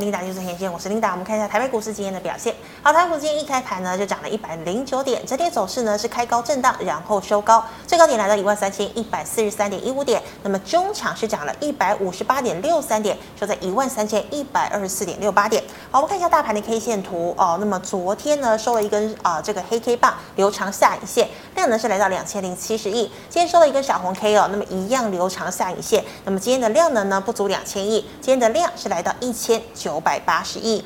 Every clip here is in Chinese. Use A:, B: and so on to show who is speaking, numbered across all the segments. A: Linda 就是前线，我是 Linda。我们看一下台北股市今天的表现。好，台北股市今天一开盘呢就涨了一百零九点，整体走势呢是开高震荡，然后收高，最高点来到一万三千一百四十三点一五点。那么中场是涨了一百五十八点六三点，收在一万三千一百二十四点六八点。好，我们看一下大盘的 K 线图哦。那么昨天呢收了一根啊、这个黑 K 棒，留长下影线，量呢是来到两千零七十亿。今天收了一根小红 K 哦，那么一样留长下影线。那么今天的量能呢不足两千亿，今天的量是来到一千九百八十亿。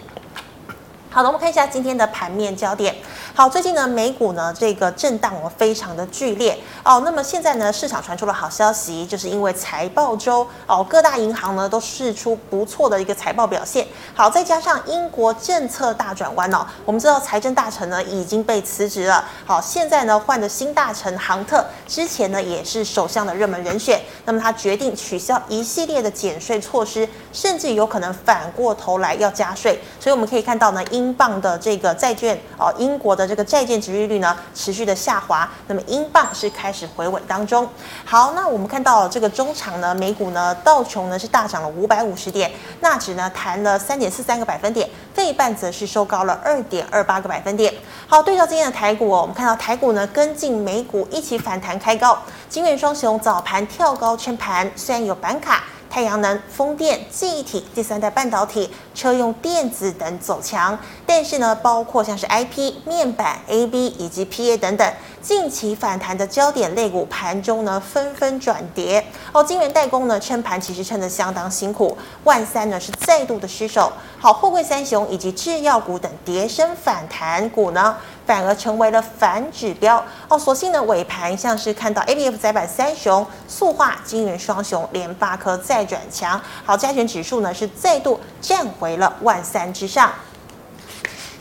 A: 好的，我们看一下今天的盘面焦点。好，最近呢，美股呢这个震荡我非常的剧烈哦。那么现在呢，市场传出了好消息，就是因为财报周哦，各大银行呢都试出不错的一个财报表现。好，再加上英国政策大转弯哦，我们知道财政大臣呢已经被辞职了。好，现在呢换的新大臣杭特，之前呢也是首相的热门人选。那么他决定取消一系列的减税措施，甚至有可能反过头来要加税。所以我们可以看到呢，英镑的这个债券哦，英国的这个债券值利率呢持续的下滑，那么英镑是开始回稳当中。好，那我们看到这个中场呢，美股呢道琼呢是大涨了五百五十点，纳指呢弹了三点四三个百分点，费半则是收高了二点二八个百分点。好，对照今天的台股哦，我们看到台股呢跟进美股一起反弹开高，金元双雄早盘跳高撑盘，虽然有板卡。太阳能、风电、记忆体、第三代半导体、车用电子等走强，但是呢，包括像是 IP、面板、AB 以及 PA 等等，近期反弹的焦点类股盘中呢纷纷转跌。哦，晶圆代工呢撑盘其实撑得相当辛苦，万三呢是再度的失守。好，货柜三雄以及制药股等跌升反弹股呢，反而成为了反指标。哦，所幸呢尾盘像是看到 ABF 窄板三雄、塑化、金元双雄、联发科再转强。好，加权指数呢是再度站回了万三之上。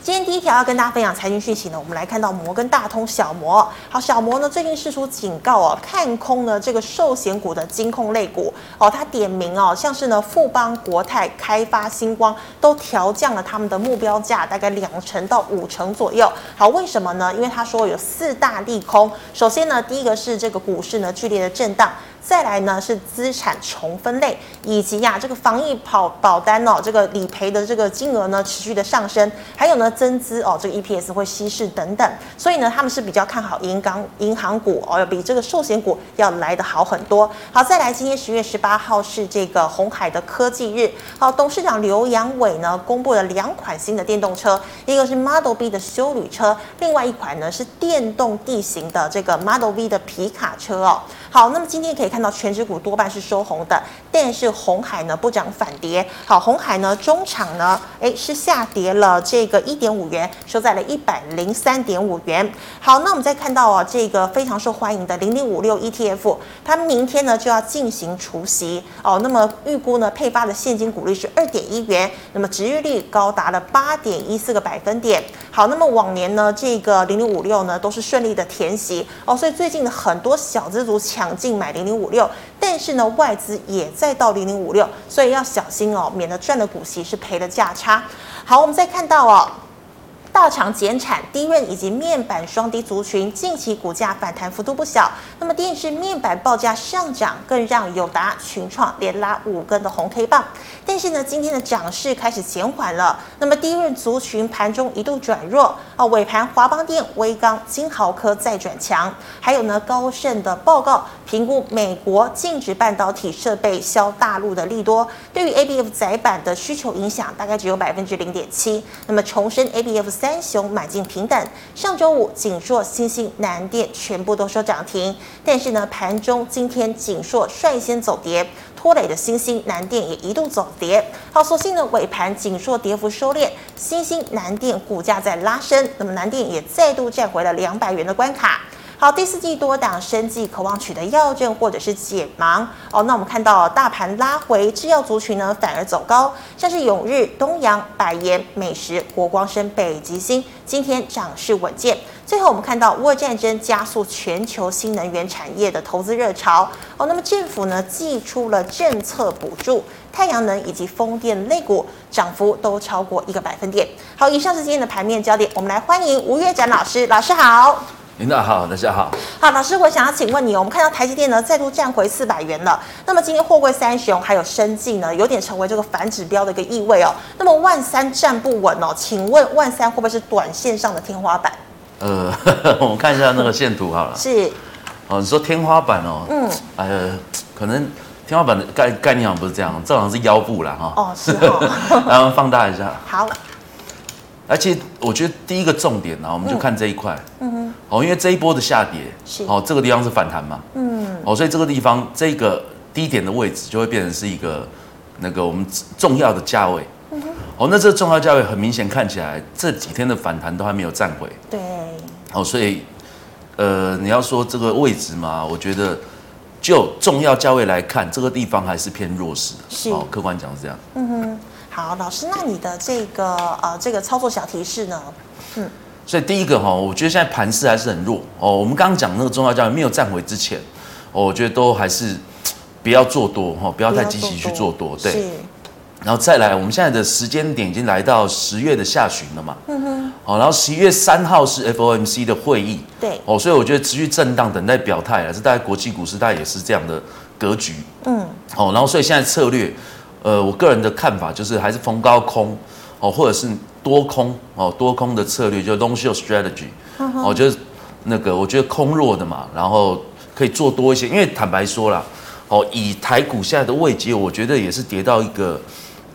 A: 今天第一条要跟大家分享财经讯息呢，我们来看到摩根大通小摩。好，小摩呢最近释出警告哦，看空呢这个寿险股的金控类股哦，它点名哦，像是呢富邦、国泰、开发、星光都调降了他们的目标价，大概两成到五成左右。好，为什么呢？因为他说有四大利空，首先呢，第一个是这个股市呢剧烈的震荡。再来呢是资产重分类，以及呀、这个防疫保保单哦，这个理赔的这个金额呢持续的上升，还有呢增资哦，这个 EPS 会稀释等等，所以呢他们是比较看好银行银行股哦，要比这个寿险股要来的好很多。好，再来今天十月十八号是这个红海的科技日，好，董事长刘扬伟呢公布了两款新的电动车，一个是 Model B 的休旅车，另外一款呢是电动地形的这个 Model V 的皮卡车哦。好，那么今天可以看到全指股多半是收红的，但是红海呢不涨反跌。好，红海呢中场呢，哎是下跌了这个一点五元，收在了一百零三点五元。好，那我们再看到哦，这个非常受欢迎的零零五六 ETF，它明天呢就要进行除息哦。那么预估呢配发的现金股利是二点一元，那么值率率高达了八点一四个百分点。好，那么往年呢这个零零五六呢都是顺利的填息哦，所以最近的很多小资族抢。抢进买零零五六，但是呢，外资也在到零零五六，所以要小心哦，免得赚了股息是赔了价差。好，我们再看到哦。大厂减产、低润以及面板双低族群近期股价反弹幅度不小。那么电视面板报价上涨，更让友达、群创连拉五根的红 K 棒。但是呢，今天的涨势开始减缓了。那么低润族群盘中一度转弱啊，尾盘华邦电、威刚、金豪科再转强，还有呢高盛的报告评估美国禁止半导体设备销大陆的利多，对于 ABF 窄板的需求影响大概只有百分之零点七。那么重申 ABF。三雄买进平等，上周五锦硕、新兴、南电全部都收涨停，但是呢，盘中今天锦硕率先走跌，拖累的新兴、南电也一度走跌。好，所幸呢尾盘锦硕跌幅收敛，新兴、南电股价在拉升，那么南电也再度站回了两百元的关卡。好，第四季多档生计渴望取得药证或者是解盲哦。那我们看到大盘拉回，制药族群呢反而走高，像是永日、东阳、百盐、美食、国光生、北极星，今天涨势稳健。最后，我们看到俄乌战争加速全球新能源产业的投资热潮哦。那么政府呢寄出了政策补助，太阳能以及风电类股涨幅都超过一个百分点。好，以上是今天的盘面焦点，我们来欢迎吴月展老师，老师好。
B: 领导好，大家好。
A: 好，老师，我想要请问你哦，我们看到台积电呢再度站回四百元了。那么今天货柜三雄还有生技呢，有点成为这个反指标的一个意味哦。那么万三站不稳哦，请问万三会不会是短线上的天花板？
B: 呃， 我们看一下那个线图好了。
A: 是，
B: 哦，你说天花板哦，嗯，呃，可能天花板的概概念好像不是这样，这好像是腰部啦 哈。
A: 哦，是哦。
B: 然后放大一下，
A: 好，
B: 而且我觉得第一个重点呢、我们就看这一块，嗯哼，哦，因为这一波的下跌，
A: 是
B: 哦，这个地方是反弹嘛，嗯，哦，所以这个地方这个低点的位置就会变成是一个那个我们重要的价位，嗯哦，那这个重要价位很明显看起来这几天的反弹都还没有站回，
A: 对，
B: 哦，所以呃，你要说这个位置嘛，我觉得就重要价位来看，这个地方还是偏弱势的，
A: 是
B: 哦，客观讲是这样。
A: 好，老师，那你的这个呃这个操作小提示呢？
B: 所以第一个哈，我觉得现在盘势还是很弱哦。我们刚刚讲那个中药价没有站回之前，哦，我觉得都还是不要做多哈，不要太积极去做多，对。
A: 是，
B: 然后再来，我们现在的时间点已经来到十月的下旬了嘛，嗯哼。好，然后十一月三号是 FOMC 的会议，
A: 对，
B: 哦，所以我觉得持续震荡等待表态啊，这大概国际股市大概也是这样的格局。
A: 嗯，
B: 哦，然后所以现在策略，呃，我个人的看法就是还是逢高空，哦，或者是多空，哦，多空的策略就是 long short strategy，哦，
A: 嗯
B: 就是那个我觉得空弱的嘛，然后可以做多一些，因为坦白说啦，哦，以台股现在的位阶，我觉得也是跌到一个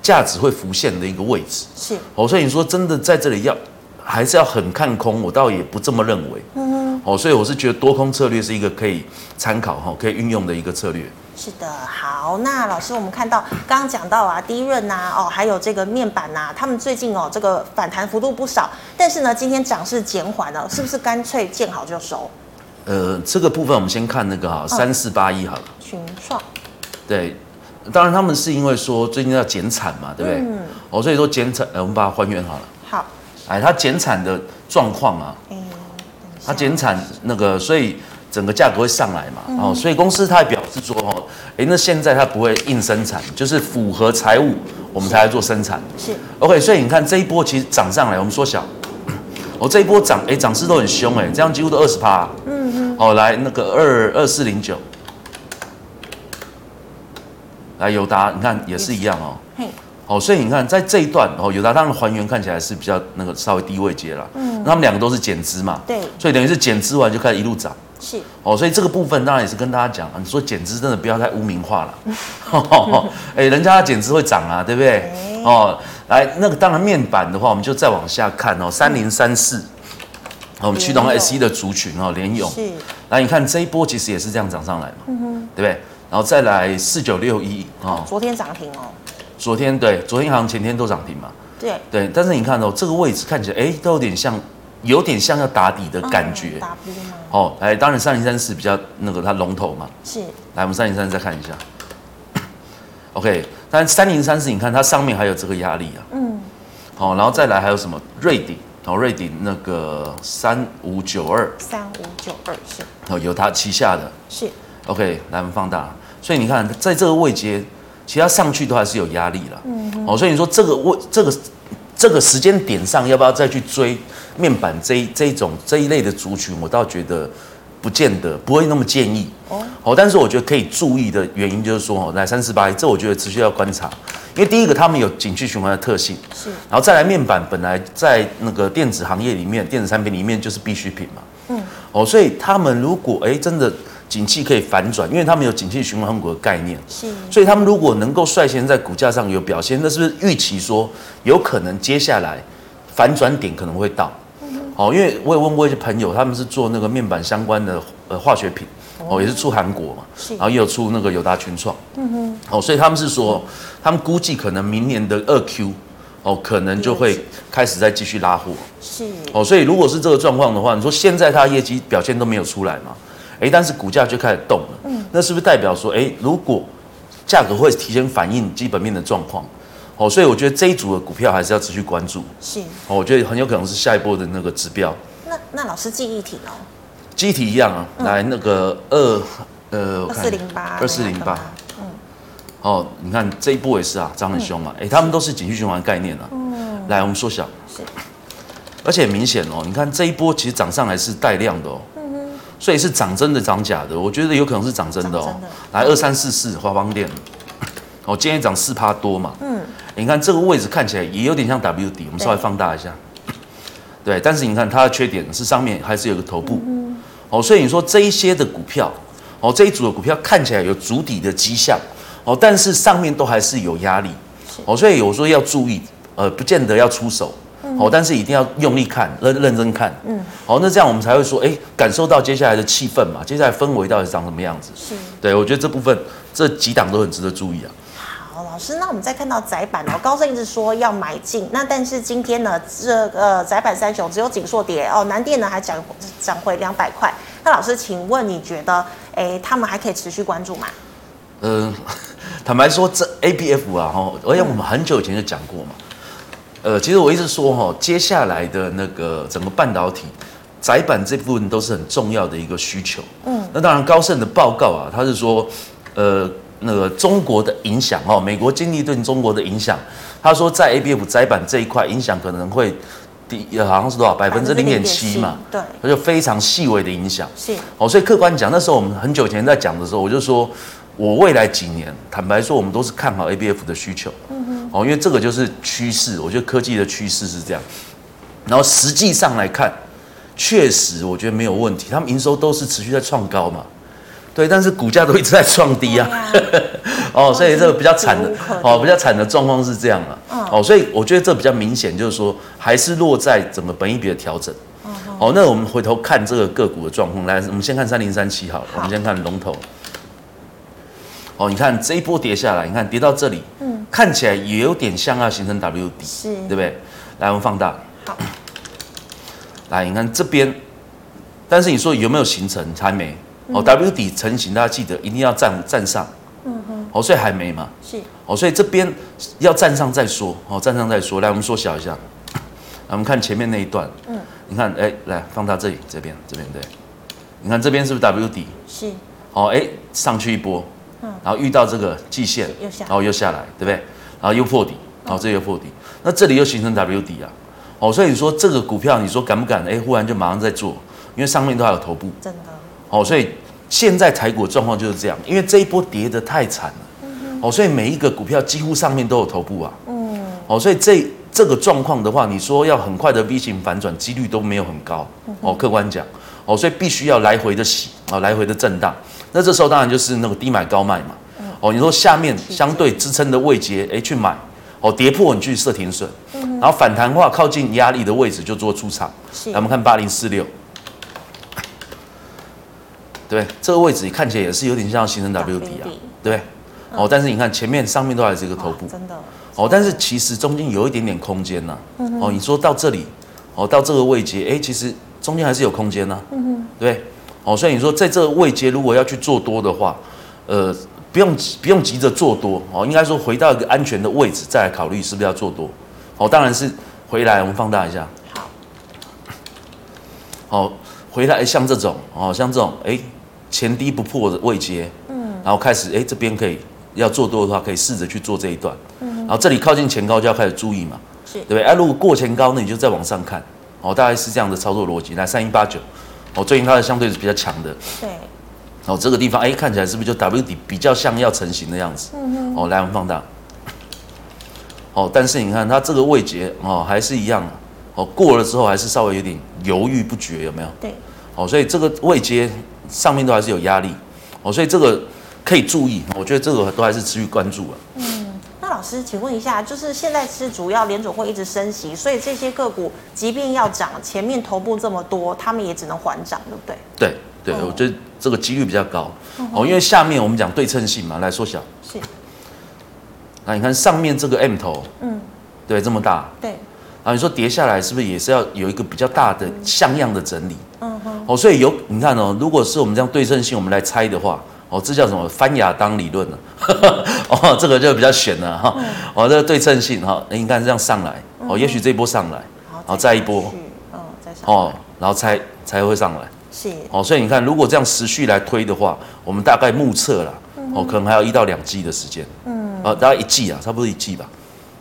B: 价值会浮现的一个位置。
A: 是，
B: 哦，所以你说真的在这里要还是要很看空，我倒也不这么认为。嗯，哦，所以我是觉得多空策略是一个可以参考哈、哦，可以运用的一个策略。
A: 是的，好，那老师，我们看到刚刚讲到啊，低润呐、哦，还有这个面板呐、他们最近哦，这个反弹幅度不少，但是呢，今天涨势减缓了，是不是干脆见好就收？
B: 呃，这个部分我们先看那个哈三四八一好了。
A: 群创
B: 对，当然他们是因为说最近要减产嘛，对不对？哦，所以说减产、呃，我们把它还原好了。
A: 好，
B: 哎，它减产的状况啊，
A: 哎、
B: 它啊减产那个，所以整个价格会上来嘛。哦，所以公司它也表示说，哦，哎，那现在它不会硬生产，就是符合财务，我们才来做生产。
A: 是
B: OK，所以你看这一波其实涨上来，我们缩小，哦，这一波涨，哎、涨势都很凶，哎，这样几乎都二十趴，嗯嗯，哦，来那个二二四零九，来友达，你看也是一样哦，
A: 嘿，
B: 哦，所以你看在这一段，哦，友达当然还原看起来是比较那个稍微低位阶啦，嗯，他们两个都是减资嘛，
A: 对
B: 所以等于是减资完就开始一路涨。
A: 是
B: 哦，所以这个部分当然也是跟大家讲，啊，你说减资真的不要太污名化了， 哦 哎、人家减资会涨啊，对不对？
A: 哎
B: 哦，来，那个当然面板的话，我们就再往下看哦，三零三四，哦我们驱动
A: 联咏
B: S 一的族群哦，联咏，
A: 是，嗯
B: 来，你看这一波其实也是这样涨上来嘛，对不对？然后再来四九六一哦，
A: 昨天涨停哦，
B: 昨天对，昨天好像前天都涨停嘛，
A: 对，
B: 对，但是你看哦，这个位置看起来哎、都有点像，有点像要打底的感觉。
A: 嗯 W 吗？
B: 哦，哎，当然三零三四比较那个它龙头嘛，
A: 是
B: 来，我们三零三再看一下。OK，但三零三是你看它上面还有这个压力啊。嗯。好、然后再来还有什么瑞鼎？哦，瑞鼎那个三五九二，
A: 三五九二，是
B: 哦，有它旗下的。
A: 是
B: OK，来我们放大。所以你看，在这个位阶，其实它上去都还是有压力了。嗯。哦，所以你说这个位这个。这个时间点上，要不要再去追面板这一这一种这一类的族群？我倒觉得不见得，不会那么建议。
A: 哦，
B: 好，但是我觉得可以注意的原因就是说，哦，来三四八，这我觉得持续要观察，因为第一个他们有景气循环的特性，
A: 是
B: 嗯然后再来面板本来在那个电子行业里面，电子产品里面就是必需品嘛，嗯，哦，所以他们如果哎真的景气可以反转，因为他们有景气循环股的概念，
A: 是
B: 所以他们如果能够率先在股价上有表现，那是不是预期说有可能接下来反转点可能会到？哦，因为我也问过一些朋友，他们是做那个面板相关的呃化学品，哦，也是出韩国嘛，然后也有出那个友达群创，嗯哼，哦，所以他们是说，他们估计可能明年的二 Q，哦，可能就会开始再继续拉货，
A: 是
B: 哦，所以如果是这个状况的话，你说现在它业绩表现都没有出来嘛？哎，但是股价就开始动了，那是不是代表说，哎，如果价格会提前反映基本面的状况？哦，所以我觉得这一组的股票还是要持续关注。
A: 是。
B: 哦，我觉得很有可能是下一波的那个指标，
A: 那那老师记忆体呢？
B: 机体一样啊，来那个二呃
A: 二四零八，
B: 二四零八，哦，你看这一波也是啊，涨很凶嘛，哎、他们都是景气循环概念啊。来，我们缩小，
A: 嗯是
B: 而且很明显哦，你看这一波其实涨上来是带量的哦，嗯，所以是涨真的涨假的，我觉得有可能是涨真的哦、
A: 涨真的
B: 来二三四四华邦店，哦，今天涨四趴多嘛，嗯，你看这个位置看起来也有点像 W 底，我们稍微放大一下，对，但是你看它的缺点是上面还是有个头部，哦，所以你说这一些的股票，哦，这一组的股票看起来有筑底的迹象，哦，但是上面都还是有压力，哦，所以有时候要注意，呃，不见得要出手，哦，但是一定要用力看，认认真看，嗯，哦，那这样我们才会说，哎、感受到接下来的气氛嘛，接下来氛围到底长什么样子？
A: 是。
B: 对，我觉得这部分这几档都很值得注意啊。
A: 好，老师，那我们再看到窄板哦，高盛一直说要买进，那但是今天呢，这个呃窄板三雄只有锦硕跌哦，南电呢还涨涨回两百块。那老师，请问你觉得，哎，他们还可以持续关注吗？
B: 嗯、 坦白说，这 A B F 啊，哈，而且我们很久以前就讲过嘛。呃，其实我一直说哈，接下来的那个整个半导体窄板这部分都是很重要的一个需求。嗯，那当然高盛的报告啊，他是说，呃，那个中国的影响哦，美国经济对中国的影响，他说在 A B F 窄板这一块影响可能会低，呃好像是多少百分之零点七嘛，
A: 对，
B: 它就非常细微的影响。
A: 是
B: 哦，所以客观讲，那时候我们很久以前在讲的时候，我就说，我未来几年，坦白说，我们都是看好 ABF 的需求，哦，因为这个就是趋势，我觉得科技的趋势是这样。然后实际上来看，确实我觉得没有问题，他们营收都是持续在创高嘛，对，但是股价都一直在创低啊，
A: 对啊
B: 哦，所以这个比较惨的
A: 忍无可忍
B: 哦，比较惨的状况是这样了、哦，所以我觉得这比较明显，就是说还是落在整个本益比的调整。哦，那我们回头看这个个股的状况，来，我们先看三零三七好了，我们先看龙头。哦，你看这一波跌下来，你看跌到这里，看起来也有点像要形成 W 底，
A: 是
B: 对不对？来，我们放大
A: 好，
B: 来，你看这边，但是你说有没有形成？还没。哦、w 底成型，大家记得一定要站站上。嗯哼。哦，所以还没嘛。
A: 是
B: 哦，所以这边要站上再说，哦，站上再说。来，我们缩小一下，来，我们看前面那一段，嗯，你看，哎、来放大这里，这边，这边对，你看这边是不是 W 底？
A: 是
B: 哦，哎、上去一波，嗯，然后遇到这个季线，
A: 又下来嗯
B: 然后又下来，对不对？然后又破底，然后这又破底，那这里又形成 W 底啊，哦，所以你说这个股票，你说敢不敢？哎、忽然就马上在做，因为上面都还有头部，
A: 真的，
B: 哦，所以现在台股的状况就是这样，因为这一波跌得太惨了，哦，所以每一个股票几乎上面都有头部啊，嗯，哦，所以这这个状况的话，你说要很快的 V 型反转，几率都没有很高，哦，客观讲，哦，所以必须要来回的洗，哦，来回的震荡，那这时候当然就是那个低买高卖嘛，哦，你说下面相对支撑的位阶，哎，去买，哦，跌破你去设停损，然后反弹的话，靠近压力的位置就做出场，
A: 是
B: 来我们看八零四六。对，这个位置看起来也是有点像形成 W 底啊
A: WD，
B: 对不对？哦，但是你看前面上面都还是一个头部
A: 哇，真的
B: 哦，但是其实中间有一点点空间呐、哦，你说到这里，哦，到这个位阶，哎，其实中间还是有空间呐、对不对，哦，所以你说在这个位阶如果要去做多的话，呃，不用急不用急着做多哦，应该说回到一个安全的位置再来考虑是不是要做多。哦，当然是回来，我们放大一下。
A: 好，
B: 哦，回来像这种哦，像这种哎，前低不破的位阶，嗯，然后开始哎这边可以要做多的话，可以试着去做这一段，嗯，然后这里靠近前高就要开始注意嘛，
A: 是
B: 对不对？哎、如果过前高，那你就再往上看，哦，大概是这样的操作逻辑。来三一八九，哦，最近它的相对是比较强的，
A: 对，
B: 哦，这个地方哎、看起来是不是就 W 底比较像要成型的样子？哦，来我们放大。哦，但是你看它这个位阶哦，还是一样啊，哦，过了之后还是稍微有点犹豫不决，有没有？
A: 对，
B: 哦，所以这个位阶上面都还是有压力，哦，所以这个可以注意，哦我觉得这个都还是持续关注啊。
A: 那老师，请问一下，就是现在是主要联总会一直升息，所以这些个股即便要涨，前面头部这么多，他们也只能缓涨，对不对？
B: 对对，我觉得这个几率比较高，哦，因为下面我们讲对称性嘛，来缩小，
A: 是，
B: 那你看上面这个 M 头，
A: 嗯，
B: 对，这么大，
A: 对，
B: 然后啊你说跌下来是不是也是要有一个比较大的像样的整理？
A: 嗯哼，
B: 哦，所以有你看哦，如果是我们这样对称性我们来猜的话，哦，这叫什么翻亚当理论呢、啊 哦，这个就比较悬了
A: 嗯
B: 哈。哦，这个对称性哈，哎你看这样上来，哦，也许这一波上来，
A: 好，
B: 好再一波
A: 下去，嗯，再上
B: 哦
A: 来，，
B: 然后才才会上来。
A: 是，
B: 哦，所以你看，如果这样持续来推的话，我们大概目测啦，
A: 嗯
B: 哦，可能还有一到两季哦的时间，嗯，呃，大概一季啊，差不多一季吧，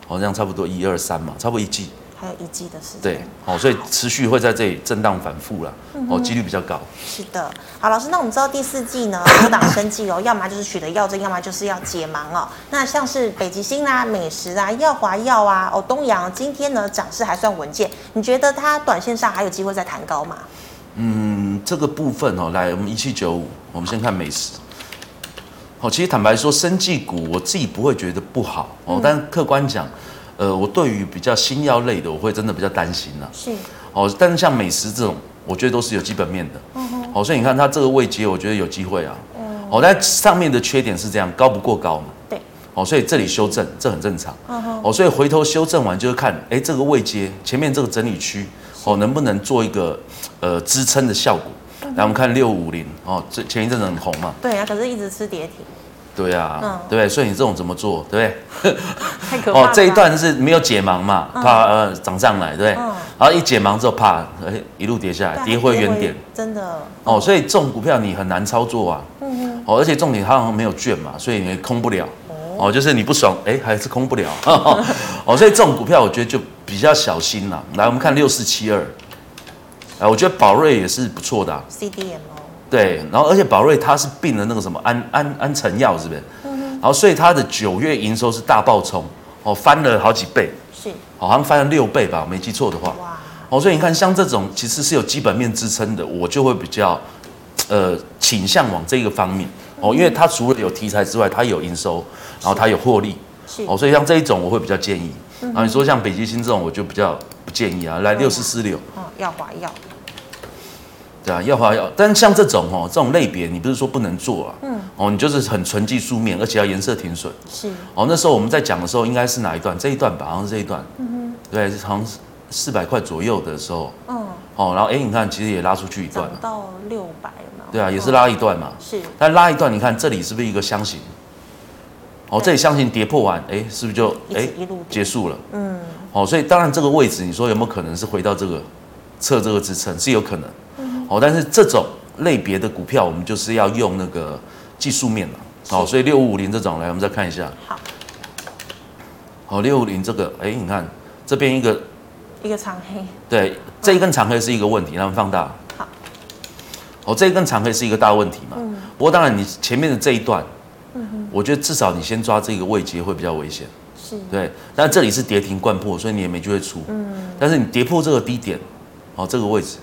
B: 哦，这样差不多一二三嘛，差不多一季，
A: 还有一季的时间。
B: 对，好，所以持续会在这里震荡反复啦，哦，几率比较高。
A: 是的，好，老师，那我们知道第四季呢，有档生计哦，要么就是取得药证，要么就是要解盲哦。那像是北极星啊、美食啊、耀华药啊、哦东阳，今天呢涨势还算稳健，你觉得它短线上还有机会再弹高吗？
B: 嗯，这个部分哦，来，我们一七九五，我们先看美食。好，其实坦白说，生技股我自己不会觉得不好哦，但客观讲，呃，我对于比较新药类的，我会真的比较担心啦。
A: 是，
B: 哦，但是像美食这种，我觉得都是有基本面的。哦，所以你看它这个位阶，我觉得有机会啊。哦，但上面的缺点是这样，高不过高嘛。
A: 对，嗯
B: 哦，所以这里修正，这很正常。哦，所以回头修正完就是看，哎、这个位阶前面这个整理区，哦，能不能做一个呃支撑的效果？来，我们看六五零，哦，这前一阵子很红嘛，
A: 对啊，可是一直吃跌停，
B: 对啊，
A: 嗯
B: 对不对？所以你这种怎么做，对不对？
A: 太可怕了
B: 哦
A: 吧。，
B: 这一段是没有解盲嘛，怕呃涨上来，对不对？
A: 嗯
B: 然后一解盲之后，啪，哎一路跌下
A: 对
B: 来，
A: 啊
B: 跌回原点。，
A: 真的
B: 哦，所以这种股票你很难操作啊。哦，而且重点它好像没有券嘛，所以你空不了。哦，就是你不爽，哎、还是空不了。 哦，所以这种股票我觉得就比较小心啦。来，我们看六四七二，哎，我觉得宝瑞也是不错的、啊，
A: CDM 哦，
B: 对。然后而且宝瑞它是并了那个什么安安安诚药，是不是？然后所以它的九月营收是大爆冲，哦，翻了好几倍，
A: 是
B: 哦好像翻了六倍吧，我没记错的话。
A: 哇，
B: 哦，所以你看，像这种其实是有基本面支撑的，我就会比较，呃，倾向往这个方面哦，因为它除了有题材之外，它有营收，然后它有获利
A: 是
B: 哦，所以像这一种我会比较建议。然后你说像北极星这种，我就比较不建议啊。来
A: 对啊
B: 六四四六，
A: 嗯，耀华药
B: 对啊，要花要，但是像这种哦，这种类别你不是说不能做啊，嗯，哦，你就是很纯技术面，而且要颜色停损。
A: 是
B: 哦，那时候我们在讲的时候，应该是哪一段？这一段吧，好像是这一段。对，好像是四百块左右的时候。
A: 嗯。
B: 哦，然后哎，你看，其实也拉出去一段
A: 涨
B: 了。
A: 到六百了嘛，
B: 对啊，也是
A: 嗯
B: 拉一段嘛。
A: 是
B: 但拉一段，你看这里是不是一个箱型？哦，
A: 对
B: 这里箱型跌破完，哎，是不是就
A: 一
B: 哎
A: 直一路跌
B: 结束了？嗯。哦，所以当然这个位置，你说有没有可能是回到这个测这个支撑是有可能。
A: 嗯
B: 哦，但是这种类别的股票，我们就是要用那个技术面了。哦，
A: 是
B: 所以六五五零这种，来我们再看一下。
A: 好
B: 好，六五零这个，哎，你看这边一个，
A: 一个长黑，
B: 对，这一根长黑是一个问题，他们放大。
A: 好，
B: 哦，这一根长黑是一个大问题嘛。不过当然，你前面的这一段，我觉得至少你先抓这个位阶会比较危险，
A: 是
B: 对。但这里是跌停贯破，所以你也没机会出。但是你跌破这个低点，哦，这个位置，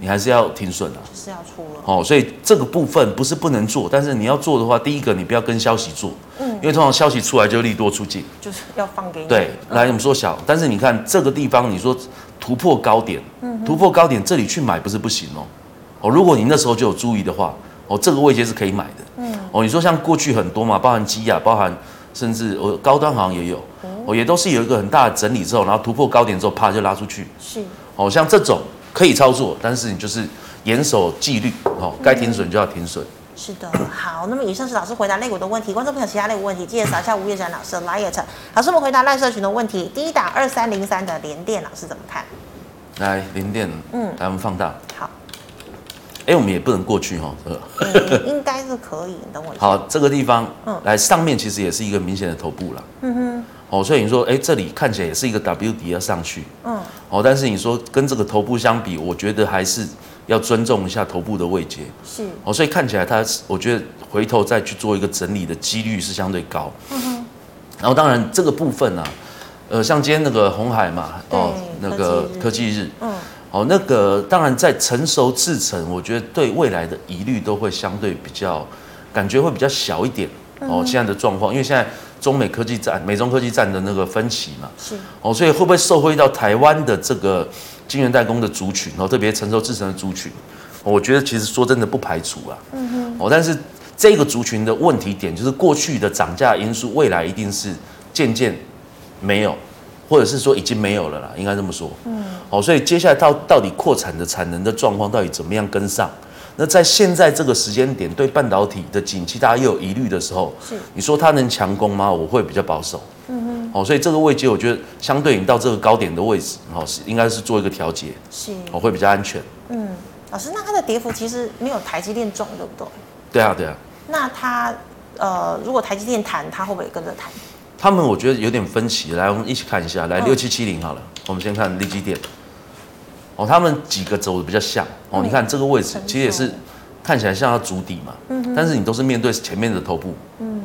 B: 你还是要停损啊。
A: 就是要出了，
B: 哦，所以这个部分不是不能做，但是你要做的话，第一个你不要跟消息做，因为通常消息出来就利多出尽。
A: 就是要放给你。
B: 对，来我们说小，但是你看这个地方，你说突破高点，突破高点这里去买不是不行哦。哦，如果你那时候就有注意的话，哦，这个位阶是可以买的。嗯，哦，你说像过去很多嘛，包含基亚，包含甚至哦高端好像也有，哦，也都是有一个很大的整理之后，然后突破高点之后，啪就拉出去。
A: 是
B: 哦，像这种可以操作，但是你就是严守纪律，哦，该停损就要停损。
A: 是的，好，那么以上是老师回答类股的问题，观众朋友其他类股问题记得扫一下吴月展老师的 liet。老师，我们回答赖社群的问题，第一档二三零三的联电，老师怎么看？
B: 来，零点，嗯，来我们放大。
A: 好，
B: 哎，我们也不能过去哈、哦，
A: 诶应该是可以，你等我一下。
B: 好，这个地方，
A: 嗯
B: 来上面其实也是一个明显的头部啦。嗯哼。哦，所以你说，哎、这里看起来也是一个 W 底要上去。
A: 嗯。
B: 哦，但是你说跟这个头部相比，我觉得还是要尊重一下头部的位阶。
A: 是
B: 哦，所以看起来它，我觉得回头再去做一个整理的几率是相对高。嗯哼。然后当然这个部分啊，呃，像今天那个红海嘛，哦
A: 对
B: 那个
A: 科
B: 科
A: 技
B: 技日，
A: 嗯，
B: 哦，那个当然在成熟制程，我觉得对未来的疑虑都会相对比较，感觉会比较小一点。
A: 嗯
B: 哦，现在的状况，因为现在中美科技战、美中科技战的那个分歧嘛，
A: 是
B: 哦，所以会不会受惠到台湾的这个晶圆代工的族群，哦，特别成熟制程的族群，哦我觉得其实说真的不排除啊。哦，但是这个族群的问题点就是过去的涨价因素，未来一定是渐渐没有，或者是说已经没有了啦，应该这么说。嗯。哦，所以接下来到到底扩产的产能的状况到底怎么样跟上？那在现在这个时间点，对半导体的景气大家又有疑虑的时候，
A: 是
B: 你说它能强攻吗？我会比较保守。嗯哦，所以这个位阶，我觉得相对你到这个高点的位置，哦，是应该是做一个调节，
A: 是，
B: 哦，会比较安全。
A: 老师，那它的跌幅其实没有台积电重，对不对？
B: 对啊，对啊。
A: 那它呃，如果台积电弹，它会不会也跟着弹？
B: 他们我觉得有点分歧，来我们一起看一下，来
A: 嗯
B: 六七七零好了，我们先看利基店。哦，他们几个走的比较像哦，
A: 嗯
B: 你看这个位置
A: 成熟
B: 其实也是看起来像要足底嘛，
A: 嗯
B: 但是你都是面对前面的头部，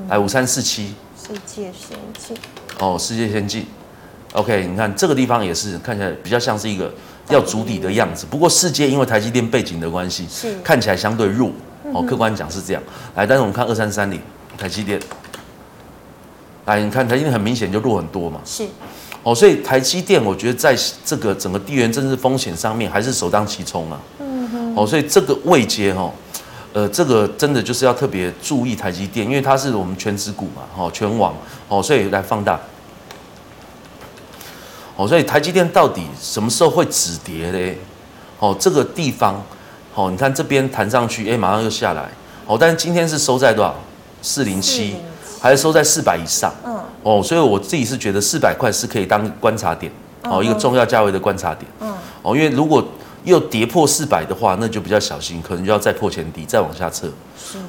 B: 来五三四七
A: 世界先进，
B: 哦，世界先进，OK，你看这个地方也是看起来比较像是一个要足底的样子，不过世界因为台积电背景的关系
A: 是，嗯
B: 看起来相对弱哦，客观讲是这样，来，但是我们看二三三零台积电，来，你看台积电很明显就弱很多嘛，
A: 是
B: 哦，所以台积电，我觉得在这个整个地缘政治风险上面还是首当其冲啊。哦，所以这个位阶哈、哦，呃，这个真的就是要特别注意台积电，因为它是我们全指股嘛，哦，全网哦，所以来放大。哦，所以台积电到底什么时候会止跌嘞？哦，这个地方，哦，你看这边弹上去，哎、马上又下来。哦，但是今天是收在多少？四零七，还是收在四百以上？
A: 嗯，
B: 哦，所以我自己是觉得四百块是可以当观察点，哦，一个重要价位的观察点。嗯，哦，因为如果又跌破四百的话，那就比较小心，可能就要再破前低，再往下测。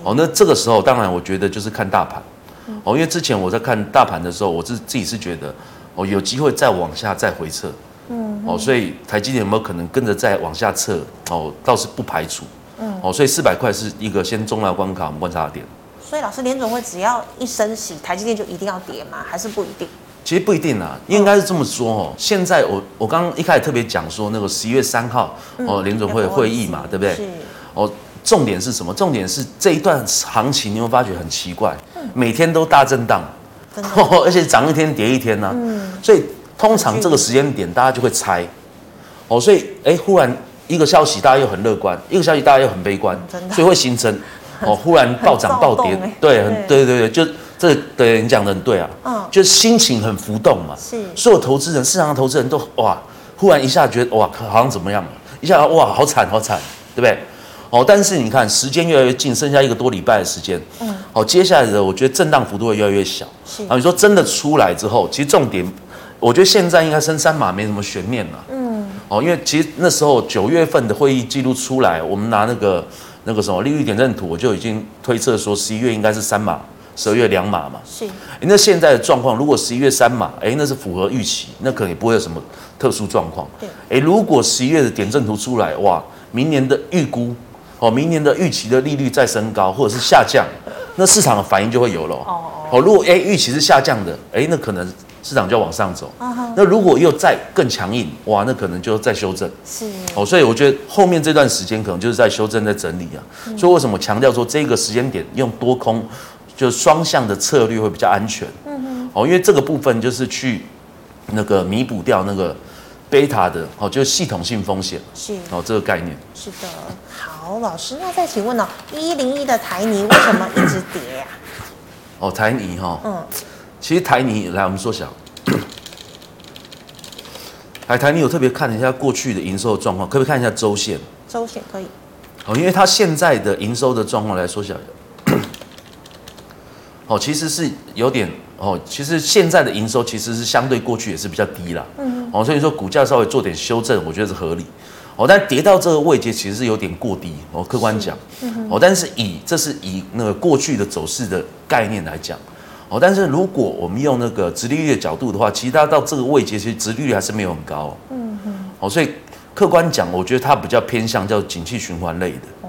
B: 哦，那这个时候当然我觉得就是看大盘，哦，因为之前我在看大盘的时候，我是自己是觉得，哦，有机会再往下再回撤。嗯，哦，所以台积电有没有可能跟着再往下测？哦，倒是不排除。嗯，哦，所以四百块是一个先重要关卡，我们观察的点。
A: 所以老师联总会只要一升息，台积电就一定要跌吗？还是不一定？
B: 其实不一定啦，应该是这么说哦。现在我我刚刚一开始特别讲说那个十一月三号哦，联总会会议嘛，对不
A: 是
B: 对？哦，重点是什么？重点是这一段行情，你会发觉很奇怪，每天都大震荡，
A: 真的 嗯
B: 而且涨一天跌一天呐、啊所以通常这个时间点大家就会猜，哦，所以哎，忽然一个消息大家又很乐观，一个消息大家又很悲观，
A: 嗯真的
B: 所以会 形成哦，忽然暴涨
A: 很
B: 暴
A: 躁动
B: 跌
A: 欸，
B: 对，很
A: 对
B: 对对对，就这对你讲的很对啊，
A: 嗯
B: 就是心情很浮动嘛，
A: 是
B: 所有投资人、市场上投资人都哇，忽然一下觉得哇，好像怎么样了，一下哇，好惨好惨，对不对？哦，但是你看，时间越来越近，剩下一个多礼拜的时间。嗯。哦，接下来的我觉得震荡幅度会越来越小。
A: 是
B: 啊，你说真的出来之后，其实重点，我觉得现在应该升三码没什么悬念了。嗯。哦，因为其实那时候九月份的会议记录出来，我们拿那个那个什么利率点阵图，我就已经推测说十一月应该是三码，十二月两码嘛。
A: 是
B: 诶那现在的状况，如果十一月三嘛，哎，那是符合预期，那可能也不会有什么特殊状况。
A: 对
B: 哎，如果十一月的点阵图出来，哇，明年的预估，哦，明年的预期的利率再升高或者是下降，那市场的反应就会有了。哦哦，如果哎预期是下降的，哎，那可能市场就要往上走。那如果又再更强硬，哇，那可能就再修正。
A: 是
B: 哦，所以我觉得后面这段时间可能就是在修正、在整理啊。所以为什么我强调说这个时间点用多空就是双向的策略会比较安全？嗯哦，因为这个部分就是去那个弥补掉那个贝塔的哦，就是系统性风险
A: 是
B: 哦这个概念。
A: 是的。好，老师，那再请问哦，一零一的台泥为什么一直跌啊 呀、
B: 哦，台泥哈、
A: 嗯
B: 其实台泥来我们缩小，来台泥有特别看了一下过去的营收状况，可不可以看一下周线？
A: 周选可以，
B: 哦，因为它现在的营收的状况来缩小一下，哦，其实是有点哦，其实现在的营收其实是相对过去也是比较低啦，嗯，哦，所以说股价稍微做点修正，我觉得是合理。哦，但跌到这个位阶其实是有点过低哦，客观讲，哦，但是以这是以那个过去的走势的概念来讲，哦，但是如果我们用那个殖利率的角度的话，其实它到这个位阶，其实殖利率还是没有很高、哦，哦，所以客观讲，我觉得它比较偏向叫景气循环类的。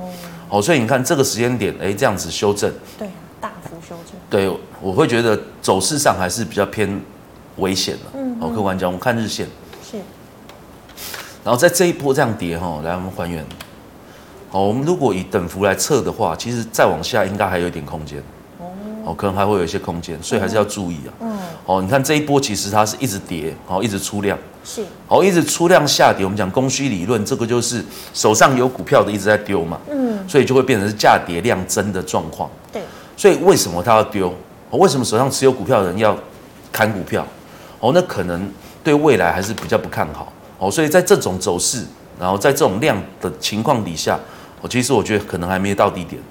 B: 哦，所以你看这个时间点，哎，这样子修正，
A: 对啊，大幅修正，
B: 对我会觉得走势上还是比较偏危险的。哦，客观讲，我们看日线，
A: 是
B: 然后在这一波这样跌哈、哦，来我们还原。哦，我们如果以等幅来测的话，其实再往下应该还有一点空间。哦，可能还会有一些空间，所以还是要注意啊。嗯。哦，你看这一波其实它是一直跌，哦，一直出量。
A: 是
B: 哦，一直出量下跌，我们讲供需理论，这个就是手上有股票的一直在丢嘛，嗯，所以就会变成是价跌量增的状况。
A: 对，
B: 所以为什么他要丢？哦为什么手上持有股票的人要砍股票？哦，那可能对未来还是比较不看好。哦，所以在这种走势，然后在这种量的情况底下，我、其实我觉得可能还没到低点。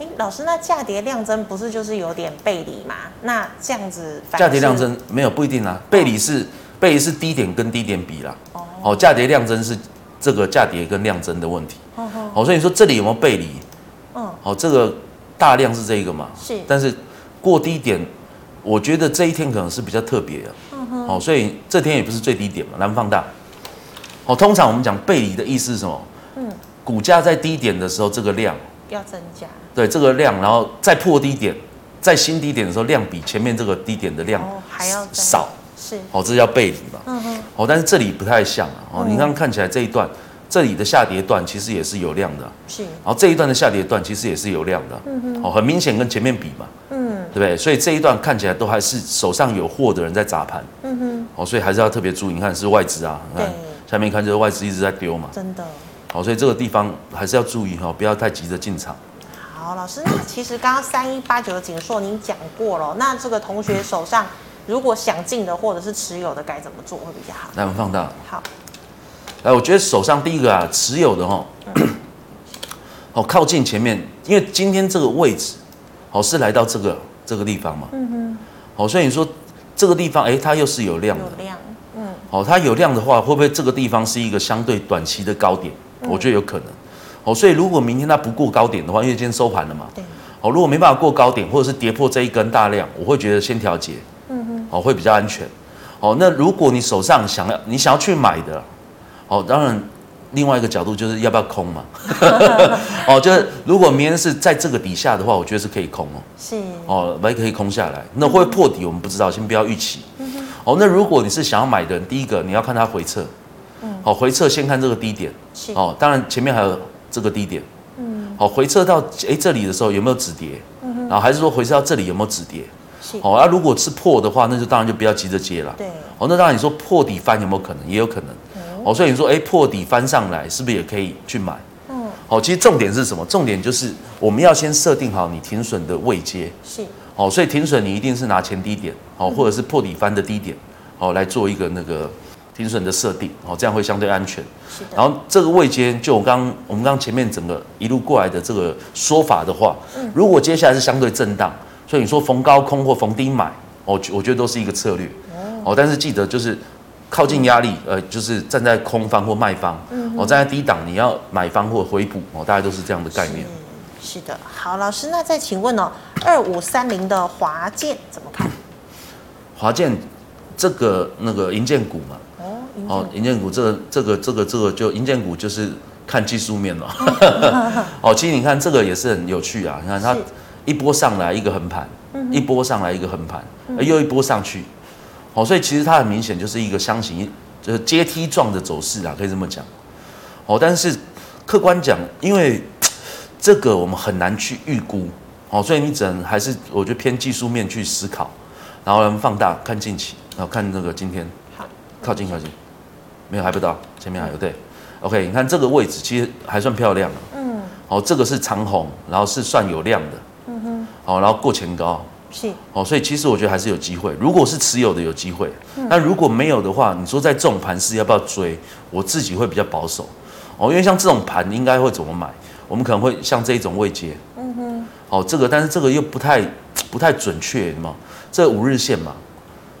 A: 哎，老师，那价跌量增不是就是有点背离嘛？那这样子反而
B: 价跌量
A: 是
B: 增没有不一定啊，背离是背离是低点跟低点比啦。哦，价跌量增是这个价跌跟量增的问题。哦，所以你说这里有没有背离？
A: 嗯
B: 哦，这个大量是这个嘛？
A: 是
B: 但是过低点我觉得这一天可能是比较特别的。哦，所以这天也不是最低点嘛，南放大。哦，通常我们讲背离的意思是什么？
A: 嗯
B: 股价在低点的时候，这个量，
A: 要增加，
B: 对这个量，然后再破低点，在新低点的时候，量比前面这个低点的量
A: 哦还要再
B: 少。
A: 是，
B: 哦，这叫背离嘛。
A: 嗯哼，
B: 哦，但是这里不太像啊。哦，
A: 嗯
B: 你看看起来这一段，这里的下跌段其实也是有量的啊，
A: 是，
B: 然后这一段的下跌段其实也是有量的啊。哦，很明显跟前面比嘛，
A: 嗯
B: 对不对？所以这一段看起来都还是手上有货的人在砸盘。
A: 嗯哼，
B: 哦，所以还是要特别注意。你看是外资啊，你看
A: 对
B: 下面看就是外资一直在丢嘛。
A: 真的。
B: 好，所以这个地方还是要注意哈，不要太急着进场。
A: 好，老师，那其实刚刚三一八九的锦硕您讲过了，那这个同学手上如果想进的或者是持有的该怎么做会比较好？
B: 来，我们放大。
A: 好，
B: 来，我觉得手上第一个啊，持有的哈， 哦，靠近前面，因为今天这个位置，哦，是来到这个这个地方嘛。嗯好，所以你说这个地方，哎，它又是有量的
A: 有。量，嗯，
B: 哦，它有量的话，会不会这个地方是一个相对短期的高点？我觉得有可能。哦，所以如果明天它不过高点的话，因为今天收盘了嘛，
A: 对，
B: 哦，如果没办法过高点，或者是跌破这一根大量，我会觉得先调节，嗯哼，哦，会比较安全。哦，那如果你手上想要你想要去买的，哦，当然另外一个角度就是要不要空 嘛，哦，就是如果明天是在这个底下的话，我觉得是可以空哦，
A: 是，
B: 哦，还可以空下来。那会不会破底我们不知道，先不要预期。哦，那如果你是想要买的人，第一个你要看它回撤，哦，回撤先看这个低点，
A: 是，
B: 哦，当然前面还有这个低点，嗯，好、回撤到哎这里的时候有没有止跌？然后还是说回撤到这里有没有止跌？
A: 是，
B: 好、哦，那、如果是破的话，那就当然就不要急着接了。
A: 对，
B: 哦，那当然你说破底翻有没有可能？也有可能。哦，所以你说哎破底翻上来是不是也可以去买？
A: 嗯，
B: 哦，其实重点是什么？重点就是我们要先设定好你停损的位阶。
A: 是，
B: 哦，所以停损你一定是拿前低点，哦，或者是破底翻的低点，哦来做一个那个停损的设定，哦，这样会相对安全。
A: 是的，
B: 然后这个位阶，就我刚我们刚前面整个一路过来的这个说法的话，
A: 嗯
B: 如果接下来是相对震荡，所以你说逢高空或逢低买，哦，我我觉得都是一个策略。哦，但是记得就是靠近压力，呃，就是站在空方或卖方，
A: 嗯
B: 哦，站在低档你要买方或回补，哦，大概都是这样的概念。
A: 是的，好，老师，那再请问哦，二五三零的华健怎么看？
B: 华健这个那个银建股嘛，
A: 哦，银
B: 哦，银建股这个这个这个这个就银建股就是看技术 面了。哦，其实你看这个也是很有趣啊，你看它
A: 是嗯
B: 一波上来一个横盘，一波上来一个横盘，呃又一波上去。哦，所以其实它很明显就是一个箱型，就是阶梯状的走势啊，可以这么讲。哦，但是客观讲，因为这个我们很难去预估，哦，所以你只能还是我觉得偏技术面去思考，然后我们放大看近期，然后看那个今天。
A: 好，
B: 靠近靠近，没有还不到，前面还有对，OK，你看这个位置其实还算漂亮，
A: 嗯，
B: 哦，这个是长红，然后是算有量的，嗯哼，哦，然后过前高，
A: 是，
B: 哦，所以其实我觉得还是有机会，如果是持有的有机会，那如果没有的话，你说在这种盘是要不要追？我自己会比较保守，哦，因为像这种盘应该会怎么买？我们可能会像这种位阶，嗯哼，哦，这个但是这个又不太不太准确嘛，这五日线嘛，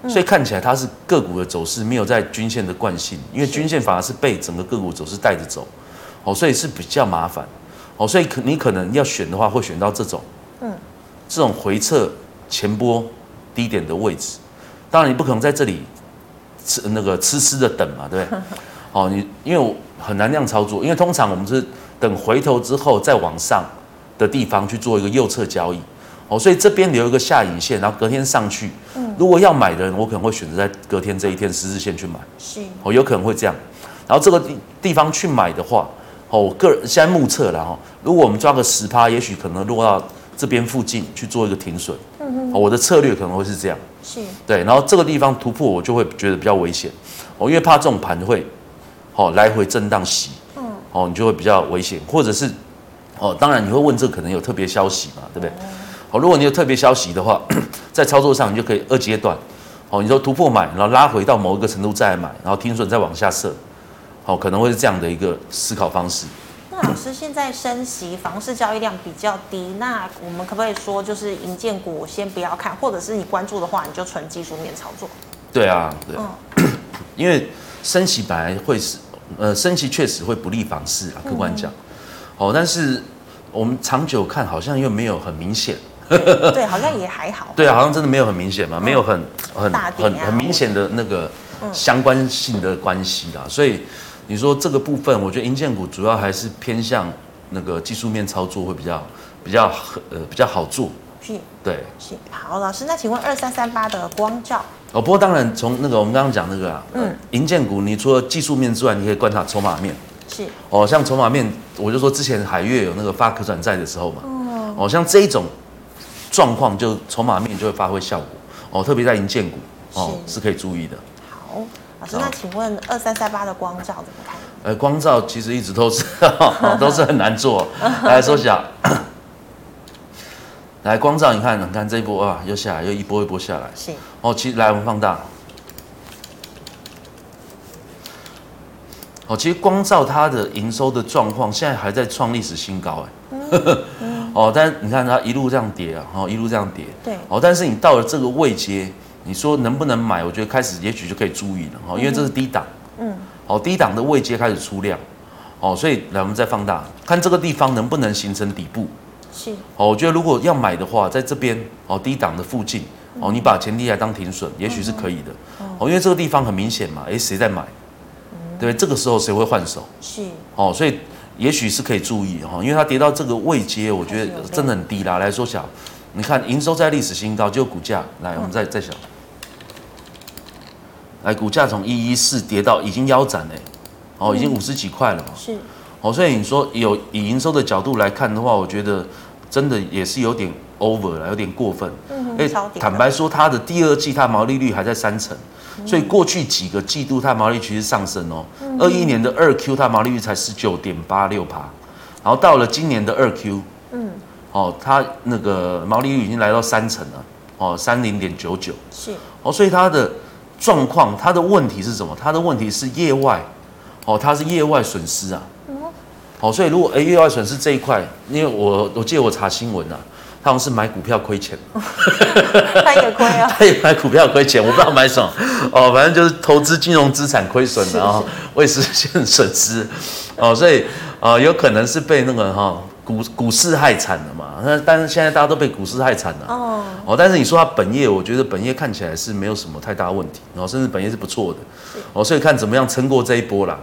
B: 所以看起来它是个股的走势没有在均线的惯性，因为均线反而是被整个个股走势带着走，哦，所以是比较麻烦，哦，所以可你可能要选的话会选到这种，
A: 嗯
B: 嗯，这种回撤前波低点的位置，当然你不可能在这里吃那个痴痴的等嘛，对不对？哦，你因为我很难那样操作，因为通常我们是等回头之后再往上的地方去做一个右侧交易，哦，所以这边留一个下影线，然后隔天上去。如果要买的人，我可能会选择在隔天这一天十日线去买，
A: 是，
B: 哦，有可能会这样。然后这个地地方去买的话，哦，我个人现在目测啦，哦，如果我们抓个十趴，也许可能落到这边附近去做一个停损。哦，我的策略可能会是这样。
A: 是，
B: 对，然后这个地方突破，我就会觉得比较危险，哦，因为怕这种盘会，哦，来回震荡洗，嗯，哦，你就会比较危险，或者是，哦，当然你会问这可能有特别消息嘛，对不对？哦，如果你有特别消息的话， 在操作上你就可以二阶段，哦，你说突破买，然后拉回到某一个程度再买，然后停损再往下设，哦，可能会是这样的一个思考方式。
A: 那老师现在升息，房市交易量比较低，那我们可不可以说就是银建股先不要看，或者是你关注的话，你就纯技术面操作？
B: 对啊，对
A: 嗯
B: 啊 因为升息本来会是，呃，升息确实会不利房
A: 嗯
B: 市啊，客观讲，哦，但是我们长久看好像又没有很明显，
A: 对，好像也还好。
B: 对啊，好像真的没有很明显嘛，没有很很
A: 嗯大饼啊嗯
B: 很很明显的那个相关性的关系啦。所以你说这个部分，我觉得银建股主要还是偏向那个技术面操作会比较比较呃比较好做。
A: 是
B: 对，
A: 是，好，老师，那请问二三三八的光照，
B: 哦，不过当然从那个我们刚刚讲那个啊，嗯，银建股你除了技术面之外，你可以观察筹码面。
A: 是
B: 哦，像筹码面，我就说之前海月有那个发可转债的时候嘛，哦，像这一种状况，就筹码面就会发挥效果。哦，特别在银建股，哦
A: 是
B: 是可以注意的。
A: 好，老师，那请问二三三八的光照怎么看？
B: 呃，光照其实一直都是哦都是很难做。来缩小，来光照，你看，你看这一波啊，又下来，又一波一波下来。
A: 是
B: 哦，其实来我们放大。哦，其实光照它的营收的状况现在还在创历史新高哎。
A: 嗯
B: 哦，但你看它一路这样跌啊，哦一路这样跌。
A: 对
B: 哦，但是你到了这个位阶，你说能不能买？我觉得开始也许就可以注意了哦，因为这是低档。
A: 嗯。
B: 哦，低档的位阶开始出量。哦，所以来我们再放大，看这个地方能不能形成底部。
A: 是
B: 哦，我觉得如果要买的话，在这边哦低档的附近哦，你把前低来当停损，也许是可以的。
A: 嗯
B: 哦，因为这个地方很明显嘛，诶，谁在买？对，这个时候谁会换手？
A: 是
B: 哦，所以也许是可以注意哈、哦，因为它跌到这个位阶，我觉
A: 还是有
B: 得
A: 量
B: 真的很低啦。来缩小，你看营收在历史新高，就股价来，我们
A: 嗯
B: 再再小，来股价从一一四跌到已经腰斩嘞，哦，
A: 嗯
B: 已经五十几块了嘛。
A: 是
B: 哦，所以你说有以营收的角度来看的话，我觉得真的也是有点 over 了，有点过分。
A: 嗯
B: 哎
A: 超跌的
B: 坦白说，它的第二季它毛利率还在三成，
A: 嗯
B: 所以过去几个季度它毛利率其实上升哦。二一年的二 Q 它毛利率才十九点八六趴，然后到了今年的二 Q，
A: 嗯，
B: 哦，它那个毛利率已经来到三成了，哦，三零点九九。
A: 是
B: 哦，所以它的状况，它的问题是什么？它的问题是业外，哦，它是业外损失啊。哦，所以如果哎、业外损失这一块，因为我我记得我查新闻啊，他好像是买股票亏钱，
A: 他也亏啊，
B: 他也买股票亏钱，我不知道买什么，哦，反正就是投资金融资产亏损哦然后未实现损失，哦，所以呃有可能是被那个哈、股股市害惨了嘛，那但是现在大家都被股市害惨了，
A: 哦，
B: 哦，但是你说它本业，我觉得本业看起来是没有什么太大问题，然、后甚至本业是不错的，哦，所以看怎么样撑过这一波啦。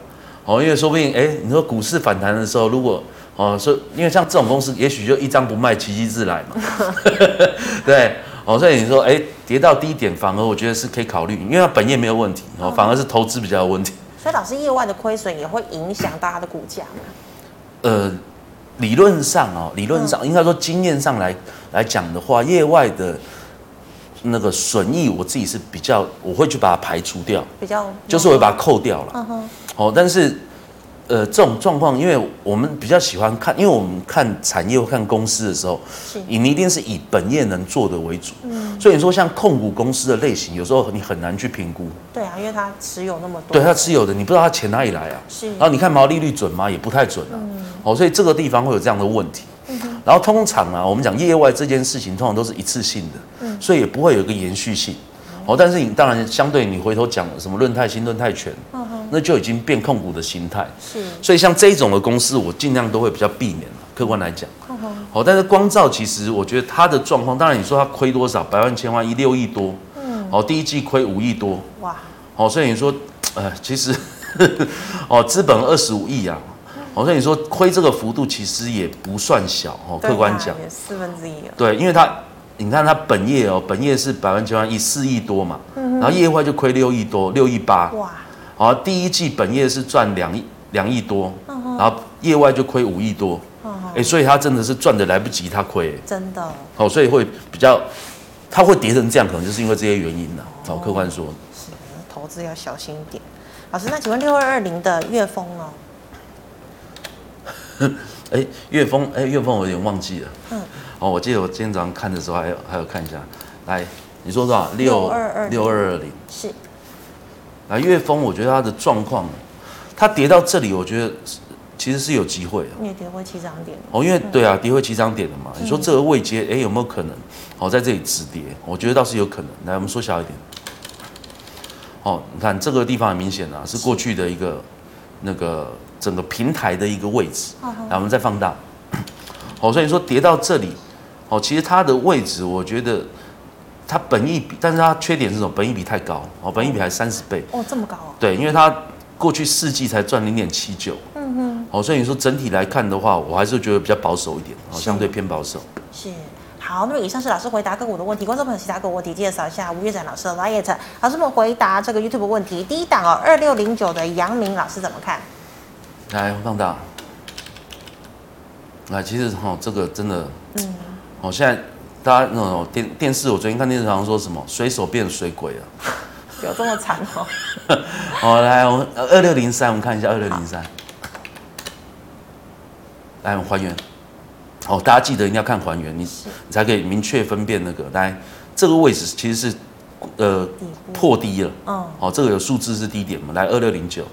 B: 哦，因为说不定，哎、你说股市反弹的时候，如果哦，说因为像这种公司，也许就一张不卖，奇迹自来嘛， 对，哦，所以你说，哎、跌到低点，反而我觉得是可以考虑，因为它本业没有问题，哦，反而是投资比较有问题。
A: 所以老师业外的亏损也会影响到他的股价嘛？
B: 呃，理论上哦，理论上、应该说经验上来来讲的话，业外的那个损益，我自己是比较我会去把它排除掉，
A: 比较
B: 就是我会把它扣掉了。
A: 嗯哼
B: 哦，但是呃，这种状况，因为我们比较喜欢看，因为我们看产业或看公司的时候，
A: 是
B: 你你一定是以本业能做的为主。所以你说像控股公司的类型，有时候你很难去评估。
A: 对啊，因为他持有那么多，
B: 对，它持有的，你不知道它钱哪里来啊。
A: 是
B: 然后你看毛利率准吗？也不太准啊。哦，所以这个地方会有这样的问题。然后通常啊，我们讲业外这件事情，通常都是一次性的，所以也不会有一个延续性。哦，但是你当然相对你回头讲什么论泰新、论泰全，那就已经变控股的形态。
A: 是
B: 所以像这一种的公司，我尽量都会比较避免啊客观来讲，哦
A: 嗯哼
B: 好、但是光照其实我觉得它的状况，当然你说它亏多少，百万、千万、一六亿多，嗯，哦，第一季亏五亿多，
A: 哇，
B: 哦，所以你说，呃，其实， 哦，资本二十五亿啊，哦，所以你说亏这个幅度其实也不算小哦，
A: 对啊
B: 客观讲，
A: 也四分之一了，
B: 对，因为它，你看它本业哦，本业是百万千万亿四亿多嘛，然后业外就亏六亿多，六亿八，
A: 哇，
B: 好，第一季本业是赚两亿两亿多，然后业外就亏五亿多，
A: 哦，
B: 哎，所以它真的是赚的来不及，它亏，
A: 真的
B: 哦，所以会比较，它会跌成这样，可能就是因为这些原因呐，哦，客观说。
A: 投资要小心一点。老师，那请问六二二零的月峰哦呢？
B: 哎，岳峰，哎，岳峰，我有点忘记了。
A: 嗯
B: 嗯，哦，我记得我今天早上看的时候，还有还有看一下，来，你说多少？
A: 6220
B: 六二二零。
A: 是
B: 来，岳峰，我觉得他的状况，他跌到这里，我觉得是其实是有机会的。
A: 你也跌回七涨点，
B: 哦，因为对啊，跌回起涨点了嘛。你说这个位阶，哎，有没有可能？哦，在这里止跌，我觉得倒是有可能。来，我们缩小一点。哦，你看这个地方很明显啊，是过去的一个那个整个平台的一个位置。来，我们再放大。哦，所以说跌到这里，哦，其实它的位置我觉得它本益比，但是它缺点是什么？本益比太高，哦，本益比还三十倍，
A: 哦，这么高哦，
B: 对，因为它过去四季才赚零点七九，
A: 嗯哼，
B: 哦，所以你说整体来看的话，我还是觉得比较保守一点，哦，
A: 是
B: 相对偏保守。
A: 是。好，那么以上是老师回答个股的问题，观众朋友其他个股问题记得扫一下吴月展老师的 liet。老师们回答这个 YouTube 问题，第一档哦，二六零九的杨明老师怎么看？
B: 来，放大。啊，其实哈、哦，这个真的，嗯，哦，现在大家那种电电视，我昨天看电视好像说什么水手变水鬼了。
A: 有这么惨哦？
B: 好，来，我们呃二六零三，我们看一下二六零三。来，我们还原。哦，大家记得一定要看还原，你你才可以明确分辨那个。来，这个位置其实是呃
A: 底部
B: 破低了。
A: 嗯，
B: 哦，这个有数字是低点嘛？来二六零九，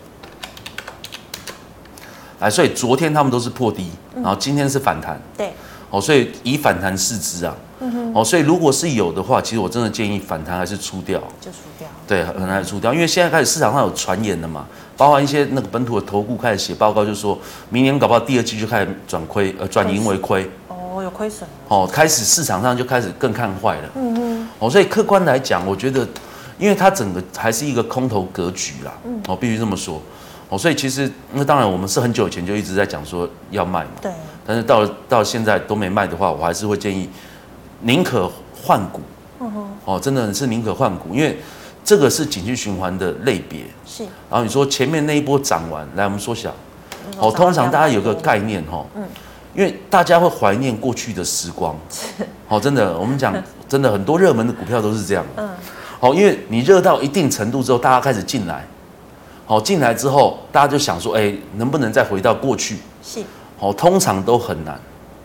B: 来，所以昨天他们都是破低，
A: 嗯
B: 然后今天是反弹，
A: 对，
B: 哦，所以以反弹市值啊，
A: 嗯
B: 哦，所以如果是有的话，其实我真的建议反弹还是出掉，
A: 就输掉了。
B: 对，很难出掉，因为现在开始市场上有传言了嘛，包含一些那个本土的投顾开始写报告，就说明年搞不好第二季就开始转亏，呃，转盈为亏，
A: 哦，有亏损了。
B: 哦，开始市场上就开始更看坏了。
A: 嗯哼，
B: 哦，所以客观来讲，我觉得，因为它整个还是一个空头格局啦，哦，必须这么说，哦，所以其实那当然我们是很久以前就一直在讲说要卖嘛，
A: 对，
B: 但是到了到现在都没卖的话，我还是会建议宁可换股，
A: 嗯哼，
B: 哦，真的是宁可换股，因为这个是景气循环的类别，
A: 是。
B: 然后你说前面那一波涨完，来我们缩小，哦，通常大家有个概念哈，
A: 嗯
B: 因为大家会怀念过去的时光，哦，真的，我们讲真的很多热门的股票都是这样，
A: 嗯，
B: 好，因为你热到一定程度之后，大家开始进来，好，进来之后，大家就想说，哎、能不能再回到过去？
A: 是
B: 好，哦通常都很难。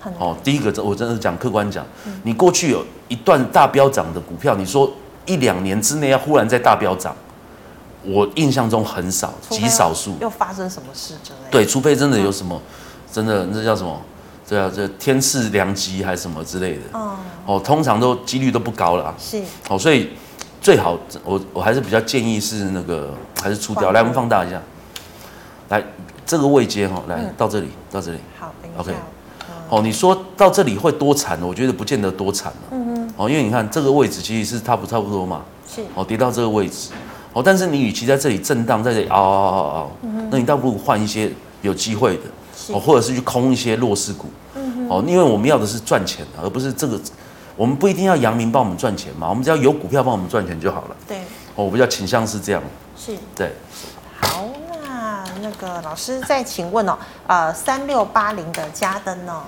A: 很嗯
B: 哦，第一个，我真的讲客观讲，你过去有一段大飙涨的股票，你说一两年之内要忽然再大飙涨，我印象中很少，
A: 除非
B: 极少数。
A: 又发生什么事之类的。
B: 对，除非真的有什么，真的那叫什么？对啊，这天赐良机还是什么之类的。
A: 嗯，
B: 哦，通常都几率都不高啦。
A: 是
B: 好，所以最好我我还是比较建议是那个还是出掉。
A: 放
B: 来，我们放大一下，来这个位阶哈，来
A: 嗯
B: 到这里，到这里。
A: 好，等一下
B: OK
A: 哦，
B: 哦，你说到这里会多惨？我觉得不见得多惨了。
A: 嗯哼，
B: 哦，因为你看这个位置其实是差不差不多嘛。
A: 是
B: 哦，跌到这个位置。哦，但是你与其在这里震荡，在这里熬熬熬熬熬，那你倒不如换一些有机会的，
A: 嗯是嗯
B: 哦，或者是去空一些弱势股。哦，因为我们要的是赚钱，啊而不是这个。我们不一定要阳明帮我们赚钱嘛，我们只要有股票帮我们赚钱就好了。
A: 对，
B: 哦，我比较倾向是这样，
A: 是
B: 对，
A: 好。那那个老师再请问哦，呃，三六八零的嘉登哦，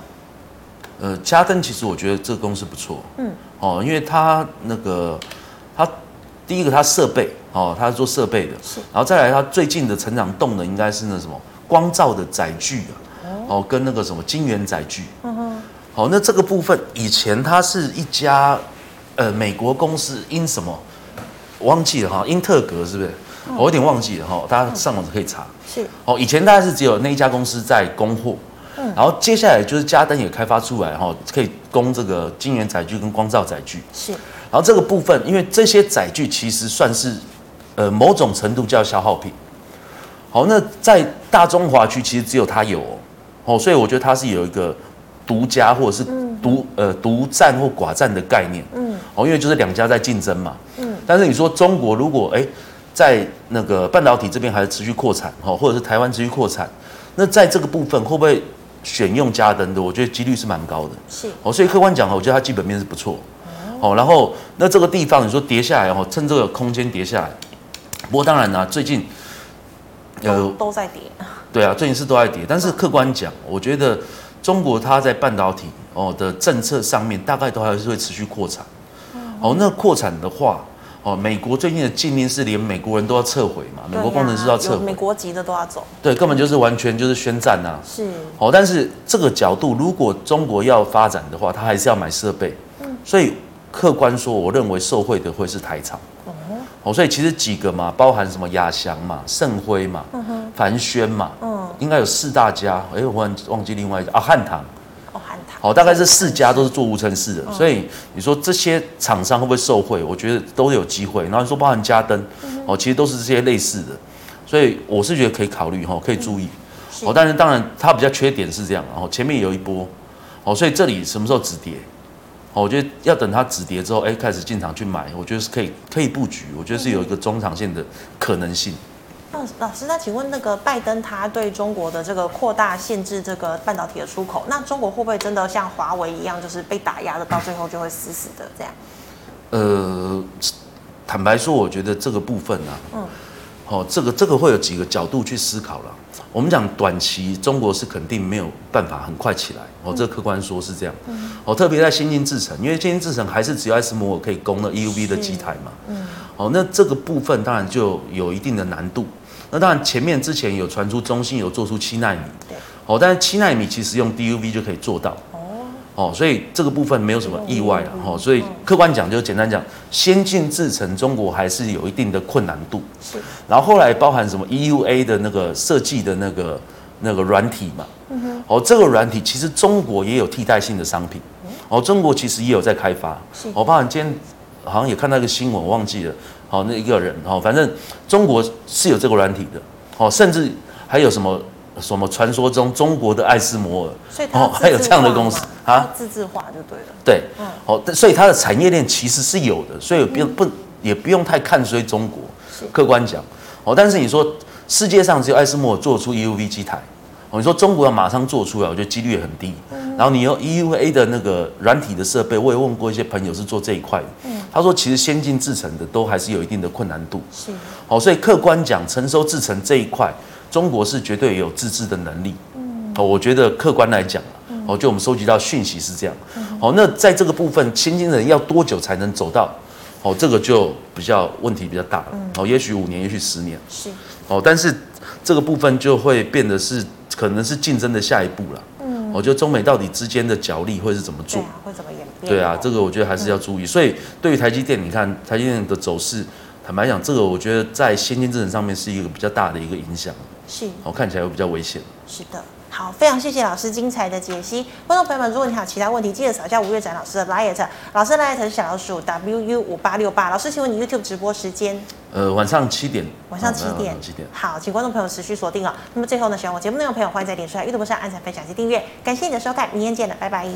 B: 呃，嘉登其实我觉得这个公司不错，
A: 嗯，
B: 哦，因为它那个它第一个它设备哦，它是做设备的，
A: 是
B: 然后再来它最近的成长动能应该是那什么光照的载具啊，哦，跟那个什么晶圆载具，
A: 嗯哼，
B: 好、那这个部分以前它是一家呃美国公司，因什么我忘记了哈，英特格是不
A: 嗯
B: 是？哦我有点忘记了哈，大家上网可以查。
A: 是
B: 哦，以前大概是只有那一家公司在供货，然后接下来就是嘉登也开发出来哈、可以供这个晶圆载具跟光照载具。
A: 是
B: 然后这个部分，因为这些载具其实算是呃某种程度叫消耗品。好，那在大中华区其实只有它有哦，哦所以我觉得它是有一个独家或者是独、呃独占或寡占的概念。
A: 嗯，
B: 哦，因为就是两家在竞争嘛。
A: 嗯，
B: 但是你说中国如果哎、在那个半导体这边还是持续扩产，哦，或者是台湾持续扩产，那在这个部分会不会选用嘉登的？我觉得几率是蛮高的。
A: 是
B: 哦，所以客观讲，我觉得它基本面是不错。哦，然后那这个地方你说跌下来哦，趁这个空间跌下来。不过当然啦、最近，
A: 都
B: 呃，
A: 都在跌，
B: 对啊，最近是都在跌，但是客观讲，我觉得中国它在半导体哦的政策上面，大概都还是会持续扩产。哦，那扩产的话，哦，美国最近的禁令是连美国人都要撤回嘛，美国
A: 对呀啊
B: 工程师都要撤
A: 有美
B: 回，
A: 国籍的都要走，
B: 对，根本就是完全就是宣战呐、
A: 是
B: 哦，但是这个角度，如果中国要发展的话，它还是要买设备。所以客观说，我认为受惠的会是台厂。哦，所以其实几个嘛，包含什么亚翔嘛、盛辉嘛、凡轩嘛，
A: 嗯
B: 应该有四大家。哎、我忘忘记另外一家啊，汉唐。
A: 哦，喊他
B: 好、大概这四家都是做无尘室的，所以你说这些厂商会不会受惠？我觉得都有机会。然后你说包含嘉登，哦，其实都是这些类似的，所以我是觉得可以考虑哈、哦，可以注意。
A: 是
B: 哦，但啊是当然它比较缺点是这样，然、哦、后前面有一波，哦，所以这里什么时候止跌？哦，我觉得要等它止跌之后，哎，开始进场去买，我觉得是可以可以布局，我觉得是有一个中长线的可能性。
A: 那老师，那请问那个拜登他对中国的这个扩大限制这个半导体的出口，那中国会不会真的像华为一样，就是被打压的，到最后就会死死的这样？
B: 呃，坦白说，我觉得这个部分啊，嗯，哦，这个这个会有几个角度去思考了。我们讲短期，中国是肯定没有办法很快起来，哦，这个客观说是这样，哦，特别在先进制程，因为先进制程还是只有 S 摩尔可以供了 EUV 的机台嘛，嗯，哦，那这个部分当然就有一定的难度。那当然，前面之前有传出中芯有做出七纳米，
A: 对，
B: 哦，但是七纳米其实用 DUV 就可以做到，
A: 哦，
B: 哦，所以这个部分没有什么意外了哈、哦。所以客观讲，就简单讲，先进制程中国还是有一定的困难度。
A: 是，
B: 然后后来包含什么 EUA 的那个设计的那个那个软体嘛，哦，这个软体其实中国也有替代性的商品，哦，中国其实也有在开发
A: 是，
B: 哦，包含今天好像也看到一个新闻，我忘记了，哦，那一个人，哦，反正中国是有这个软体的，哦，甚至还有什么什么传说中中国的爱斯摩尔，
A: 所以他
B: 哦，还有这样的公司
A: 啊，自治化就对了。
B: 对，好、但所以它的产业链其实是有的，所以不用不也不用太看衰中国
A: 是，
B: 客观讲，哦，但是你说世界上只有艾斯摩尔做出 EUV 机台，哦，你说中国要马上做出来，我觉得几率也很低。然后你用 EUA 的那个软体的设备，我也问过一些朋友是做这一块的，他说其实先进制程的都还是有一定的困难度，
A: 是，
B: 好、所以客观讲，成熟制程这一块，中国是绝对有自制的能力。哦，我觉得客观来讲，哦，就我们收集到讯息是这样。哦，那在这个部分，新兴人要多久才能走到？哦，这个就比较问题比较大了。哦，也许五年，也许十年。
A: 是，
B: 哦，但是这个部分就会变得是可能是竞争的下一步了。嗯，哦，就中美到底之间的角力会是怎么
A: 对
B: 做？
A: 啊，会怎么演变？
B: 对啊，这
A: 个
B: 个我觉得还是要注意。所以对于台积电，你看台积电的走势，坦白讲，这个我觉得在先进制程上面是一个比较大的一个影响，
A: 是
B: 哦，看起来会比较危险。
A: 是的。好，非常谢谢老师精彩的解析。观众朋友们，如果你还有其他问题，记得扫一下吴月展老师的 Light，老师的 Light 是小老鼠 WU 五八六八。老师，请问你 YouTube 直播时间？
B: 呃，晚上七点，
A: 晚上
B: 哦
A: 七点，
B: 晚上七点，
A: 好，请观众朋友持续锁定哦。那么最后呢，喜欢我节目内容的朋友，欢迎在脸书、YouTube 上按赞、分享及订阅。感谢你的收看，明天见了，拜拜。